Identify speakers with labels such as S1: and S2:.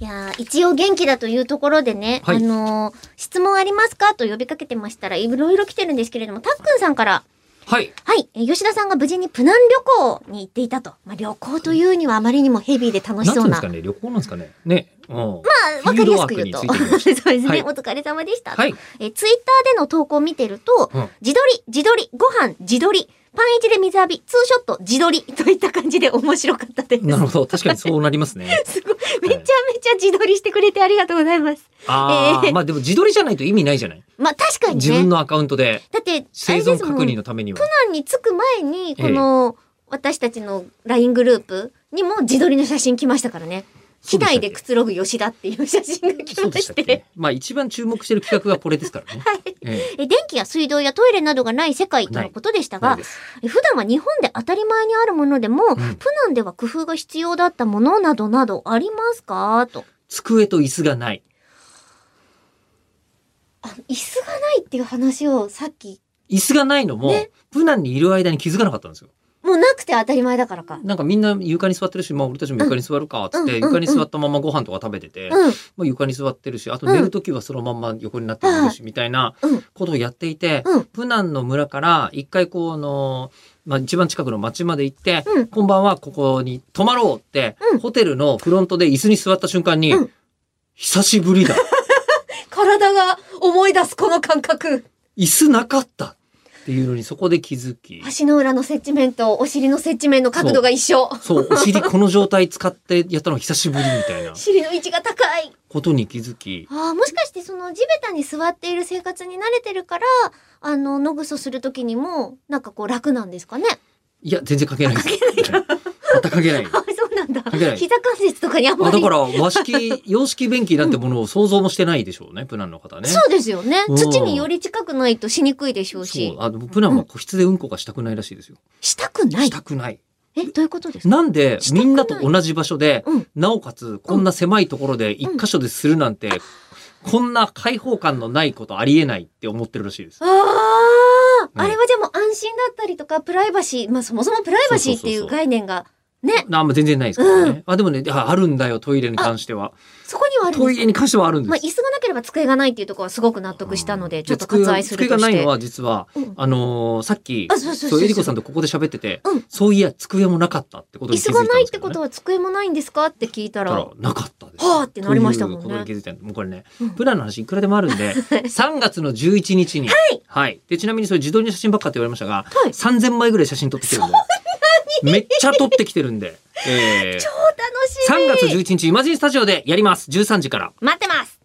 S1: いやー一応元気だというところでね、
S2: はい
S1: あのー質問ありますかと呼びかけてましたら、いろいろ来てるんですけれども、たっくんさんから、
S2: はい。
S1: はい、えー吉田さんが無事にプナン旅行に行っていたと。まあ、旅行というにはあまりにもヘビーで楽し
S2: なんて
S1: そ
S2: い
S1: ううん
S2: で
S1: な。
S2: すか
S1: ま
S2: ね、旅行なんですかね。ね。うん。ま
S1: あ、わかりやすく言うと。
S2: フィールドワークについてみま
S1: そうですね、
S2: はい
S1: お疲れ様でした。
S2: はい。
S1: えーツイッターでの投稿を見てると、
S2: うん
S1: 自撮り、自撮り、ご飯、自撮り、パン一で水浴び、ツーショット、自撮りといった感じで面白かったです。
S2: なるほど。確かにそうな りますね。
S1: すごい。めちゃめちゃ自撮りしてくれてありがとうございます。
S2: ああ、まあでも自撮りじゃないと意味ないじゃない。
S1: まあ確かにね。
S2: 自分のアカウントで
S1: だって、あ
S2: 生
S1: れで
S2: 存
S1: すもん、
S2: 確
S1: プ
S2: 認のためには。
S1: ランに着く前に、この、私たちの LINE グループにも自撮りの写真来ましたからね。機内でくつろぐ吉田っていう写真が来
S2: そう
S1: ま
S2: でした
S1: し
S2: っけ。
S1: て。
S2: まあ一番注目してる企画がこれですからね。
S1: はい
S2: ええ
S1: え電気や水道やトイレなどがない世界とのことでした
S2: ない
S1: が
S2: で、す
S1: え普段は日本で当たり前にあるものでも、
S2: ん
S1: プナンでは工夫が必要だったものなどなどありますかと。
S2: 机と椅子がない。
S1: あ椅子がないっていう話をさっき、
S2: 椅子がないのも、プナンにいる間に気づかなかったんですよ。
S1: もうなくて当たり前だからか。
S2: なんかみんな床に座ってるし、まあ俺たちも床に座るか、つっ
S1: う
S2: て、
S1: んうんうん
S2: 床に座ったままご飯とか食べてて、
S1: うん。
S2: まあ、床に座ってるし、あと寝るときはそのまんま横になって寝るし、みたいな
S1: うん
S2: ことをやっていて、
S1: うん
S2: プナンの村から一回こう、あの、まあ、一番近くの町まで行って、
S1: うん
S2: こんばんはここに泊まろうって、
S1: うん
S2: ホテルのフロントで椅子に座った瞬間に、
S1: うん
S2: 久しぶりだ。
S1: 体が思い出すこの感覚。
S2: 椅子なかったっていうのにそこで気づき、
S1: 足の裏の接地面とお尻の接地面の角度が一緒。
S2: そう、お尻この状態使ってやったの久しぶりみた いな
S1: 尻の位置が高い。
S2: ことに気づき、
S1: ああ、もしかしてその地べたに座っている生活に慣れてるから、あの、野ぐそするときにも、なんかこう楽なんですかね。
S2: いや、全然関係ないです。また関 係ない。
S1: あそうなんだ
S2: 関係な。い
S1: 膝関節とかにあんま
S2: あ
S1: り。
S2: だから和式洋式便器なんてものを想像もしてないでしょうね、プナンの方はね。
S1: そうですよね
S2: う。ん
S1: 土により近くないとしにくいでしょう
S2: そう
S1: し。
S2: あでもプナンは個室でうんこがしたくないらしいですよ。
S1: したくない
S2: したくない。
S1: え、どういうことですか
S2: なんで
S1: したくない
S2: みんなと同じ場所で、
S1: うん
S2: なおかつこんな狭いところで一箇所でするなんて、こんな開放感のないことありえないって思ってるらしいです。
S1: ああ、
S2: うん
S1: あれはじゃあもう安心だったりとか、プライバシー、まあそもそもプライバシーっていう
S2: そうそうそう
S1: 概念が、ね、
S2: なあんま全然ないですからね。
S1: う
S2: あでもねああるんだよトイレに関しては。
S1: そこにはあるん
S2: ト
S1: で
S2: イ
S1: す
S2: レに関してはあるんです。
S1: まあ椅子がなければ机がないっていうところはすごく納得したので、ちょっと
S2: 机
S1: 割愛するとして。
S2: 机がないのは実は、
S1: うん
S2: あのーさっき
S1: あそうそうそう
S2: えりこさんとここで喋ってて、
S1: うん
S2: そういや机もなかったってこと
S1: 椅
S2: に気
S1: 子
S2: づいた
S1: が
S2: ん
S1: ない
S2: で
S1: っ
S2: す
S1: て
S2: け
S1: こ
S2: ど、ね、
S1: とは机もないんですかって聞いたら、
S2: だからなかったです
S1: はあってなりましたもんね
S2: ということに気づいたんでもうこれね、
S1: うん、
S2: プランの話いくらでもあるんで3月の11日にはいでちなみにそれ自撮りの写真ばっかって言われました
S1: は
S2: が、
S1: い
S2: 3000枚ぐらい写真撮ってきてるんでめっちゃ撮ってきてるんで、えー
S1: 超楽しみ
S2: 3月11日イマジンスタジオでやります13時から
S1: 待ってます